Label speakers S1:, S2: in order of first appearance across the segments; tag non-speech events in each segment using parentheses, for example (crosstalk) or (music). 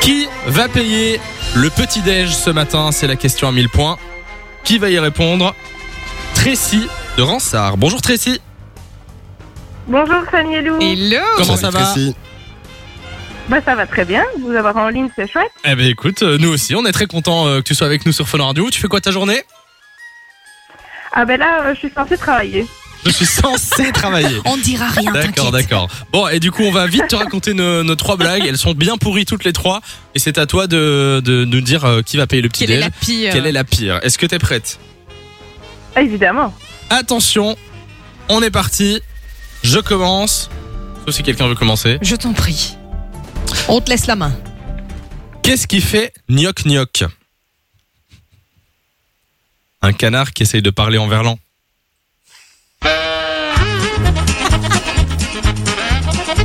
S1: Qui va payer le petit-déj ce matin C'est la question à 1000 points. Qui va y répondre Tracy de Ransard. Bonjour Tracy.
S2: Bonjour Fanny et Lou.
S3: Hello
S1: Comment ça va
S4: Tracy.
S2: Bah, ça va très bien. Vous avoir en ligne, c'est chouette.
S1: Eh ben écoute, euh, nous aussi, on est très contents euh, que tu sois avec nous sur Fun Radio. Tu fais quoi ta journée
S2: Ah ben là, euh, je suis censée travailler.
S1: Je suis
S3: (laughs)
S1: censé travailler.
S3: On ne dira rien,
S1: D'accord,
S3: t'inquiète.
S1: d'accord. Bon, et du coup, on va vite te raconter nos, nos trois blagues. Elles sont bien pourries toutes les trois. Et c'est à toi de, de nous dire euh, qui va payer le petit
S3: Quelle est
S1: déj.
S3: la pire
S1: Quelle est la pire Est-ce que t'es prête
S2: Ah, évidemment.
S1: Attention, on est parti. Je commence. Sauf si quelqu'un veut commencer.
S3: Je t'en prie. On te laisse la main.
S1: Qu'est-ce qui fait gnoc gnoc Un canard qui essaye de parler en verlan. (laughs)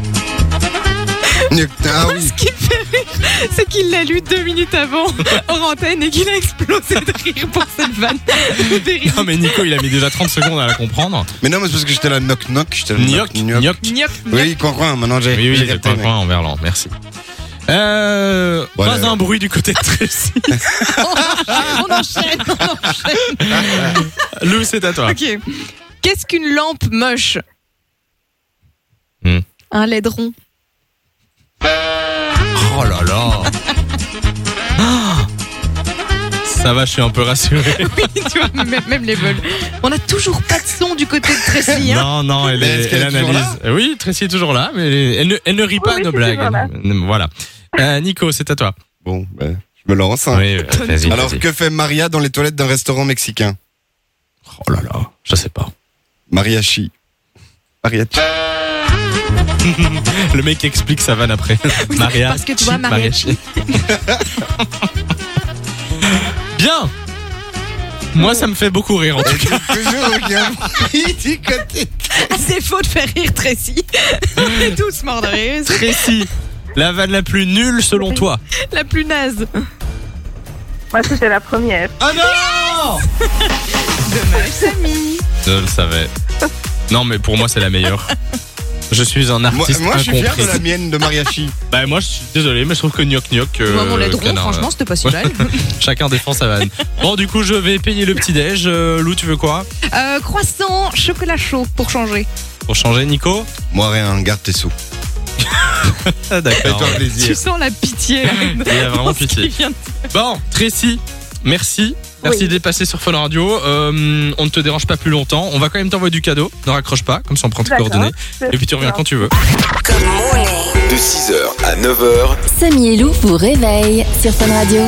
S4: Ah oui.
S3: (laughs) Ce qui me fait rire, c'est qu'il l'a lu deux
S1: (laughs)
S3: minutes avant en antenne et qu'il a explosé de rire pour cette
S1: (laughs)
S3: vanne. Dérive.
S1: Non mais Nico, il a mis déjà 30 secondes à la comprendre.
S4: Mais non, mais c'est parce que j'étais là knock knock. J'étais là
S1: Gnoc
S4: knock knoc.
S1: gnoc.
S3: Gnoc, gnoc.
S4: Oui, coin coin. Maintenant j'ai.
S1: Oui, oui,
S4: j'ai
S1: j'ai
S4: capté,
S1: pas
S4: mec.
S1: en verlan, merci. Euh,
S4: Voilà.
S1: Pas un bruit du côté de Tracy.
S3: Ah, On enchaîne, on
S1: Ah.
S3: enchaîne.
S1: (laughs) Lou, c'est à toi.
S3: Ok. Qu'est-ce qu'une lampe moche
S1: Hmm.
S3: Un laidron.
S1: Oh là (laughs) là. Ah. Ça va, je suis un peu rassuré.
S3: (laughs) tu vois, même, même les vols. On n'a toujours pas de son du côté de Tracy. hein.
S1: Non, non, elle,
S4: Mais
S1: est-
S4: est-ce qu'elle
S1: elle
S4: est toujours
S1: analyse. Oui, Tracy est toujours là, mais elle, est- elle ne, elle ne rit pas
S2: oui,
S1: à nos
S2: je suis
S1: blagues.
S2: toujours là.
S1: Voilà. Euh, Nico, c'est à toi.
S4: Bon, ben, je me lance. hein.
S1: Oui, euh, vas-y.
S4: (laughs) Alors que fait Maria dans les toilettes d'un restaurant mexicain
S1: Oh là là, je sais pas.
S4: Mariachi. Mariachi.
S1: Ah. Le mec explique sa vanne après.
S3: Oui,
S1: Maria.
S3: parce que tu vois, mariachi.
S1: (laughs) Bien. Moi, ça me fait beaucoup rire. En tout cas.
S4: (laughs) Toujours au gain. Il dit côté.
S3: Ah, (laughs) C'est faux de faire rire
S1: (laughs)
S3: Tracy. On est tous morts de rire. C'est
S1: Tracy, la vanne la plus nulle selon toi.
S3: la plus naze.
S2: Moi, c'était la première.
S1: Ah non
S3: (laughs) Dommage, Samy.
S1: Je le savais. Non, mais pour moi, c'est la meilleure. Je suis un
S4: Moi,
S1: artiste
S4: moi, je suis fier de
S1: incompris.
S4: la mienne de mariachi.
S1: Bah, moi, je suis désolé, mais je trouve que gnoc gnoc. euh,
S3: Moi, mon laidron,
S1: canard, euh,
S3: franchement, c'était pas si
S1: (laughs)
S3: mal.
S1: Chacun défend sa vanne. Bon, du coup, je vais payer le petit-déj. Euh, Lou, tu veux quoi
S3: Euh, croissant, chocolat chaud pour changer.
S1: Pour changer, Nico
S4: Moi, rien, garde tes sous.
S1: Ah, d'accord.
S4: Fais-toi
S3: Tu
S4: plaisir.
S3: sens la
S1: (laughs)
S3: pitié. là,
S1: Il y a
S3: dans
S1: vraiment
S3: ce qu'il (laughs)
S1: pitié.
S3: vient de-
S1: Bon, Tracy, merci. Merci
S2: Oui.
S1: d'être passé sur Fun Radio. Euh, on ne te dérange pas plus longtemps. On va quand même t'envoyer du cadeau. Ne raccroche pas, comme ça on prend tes
S2: D'accord.
S1: coordonnées. Et puis tu reviens quand tu veux.
S5: De 6h à 9h,
S6: Samy et Lou vous réveille sur Fun Radio.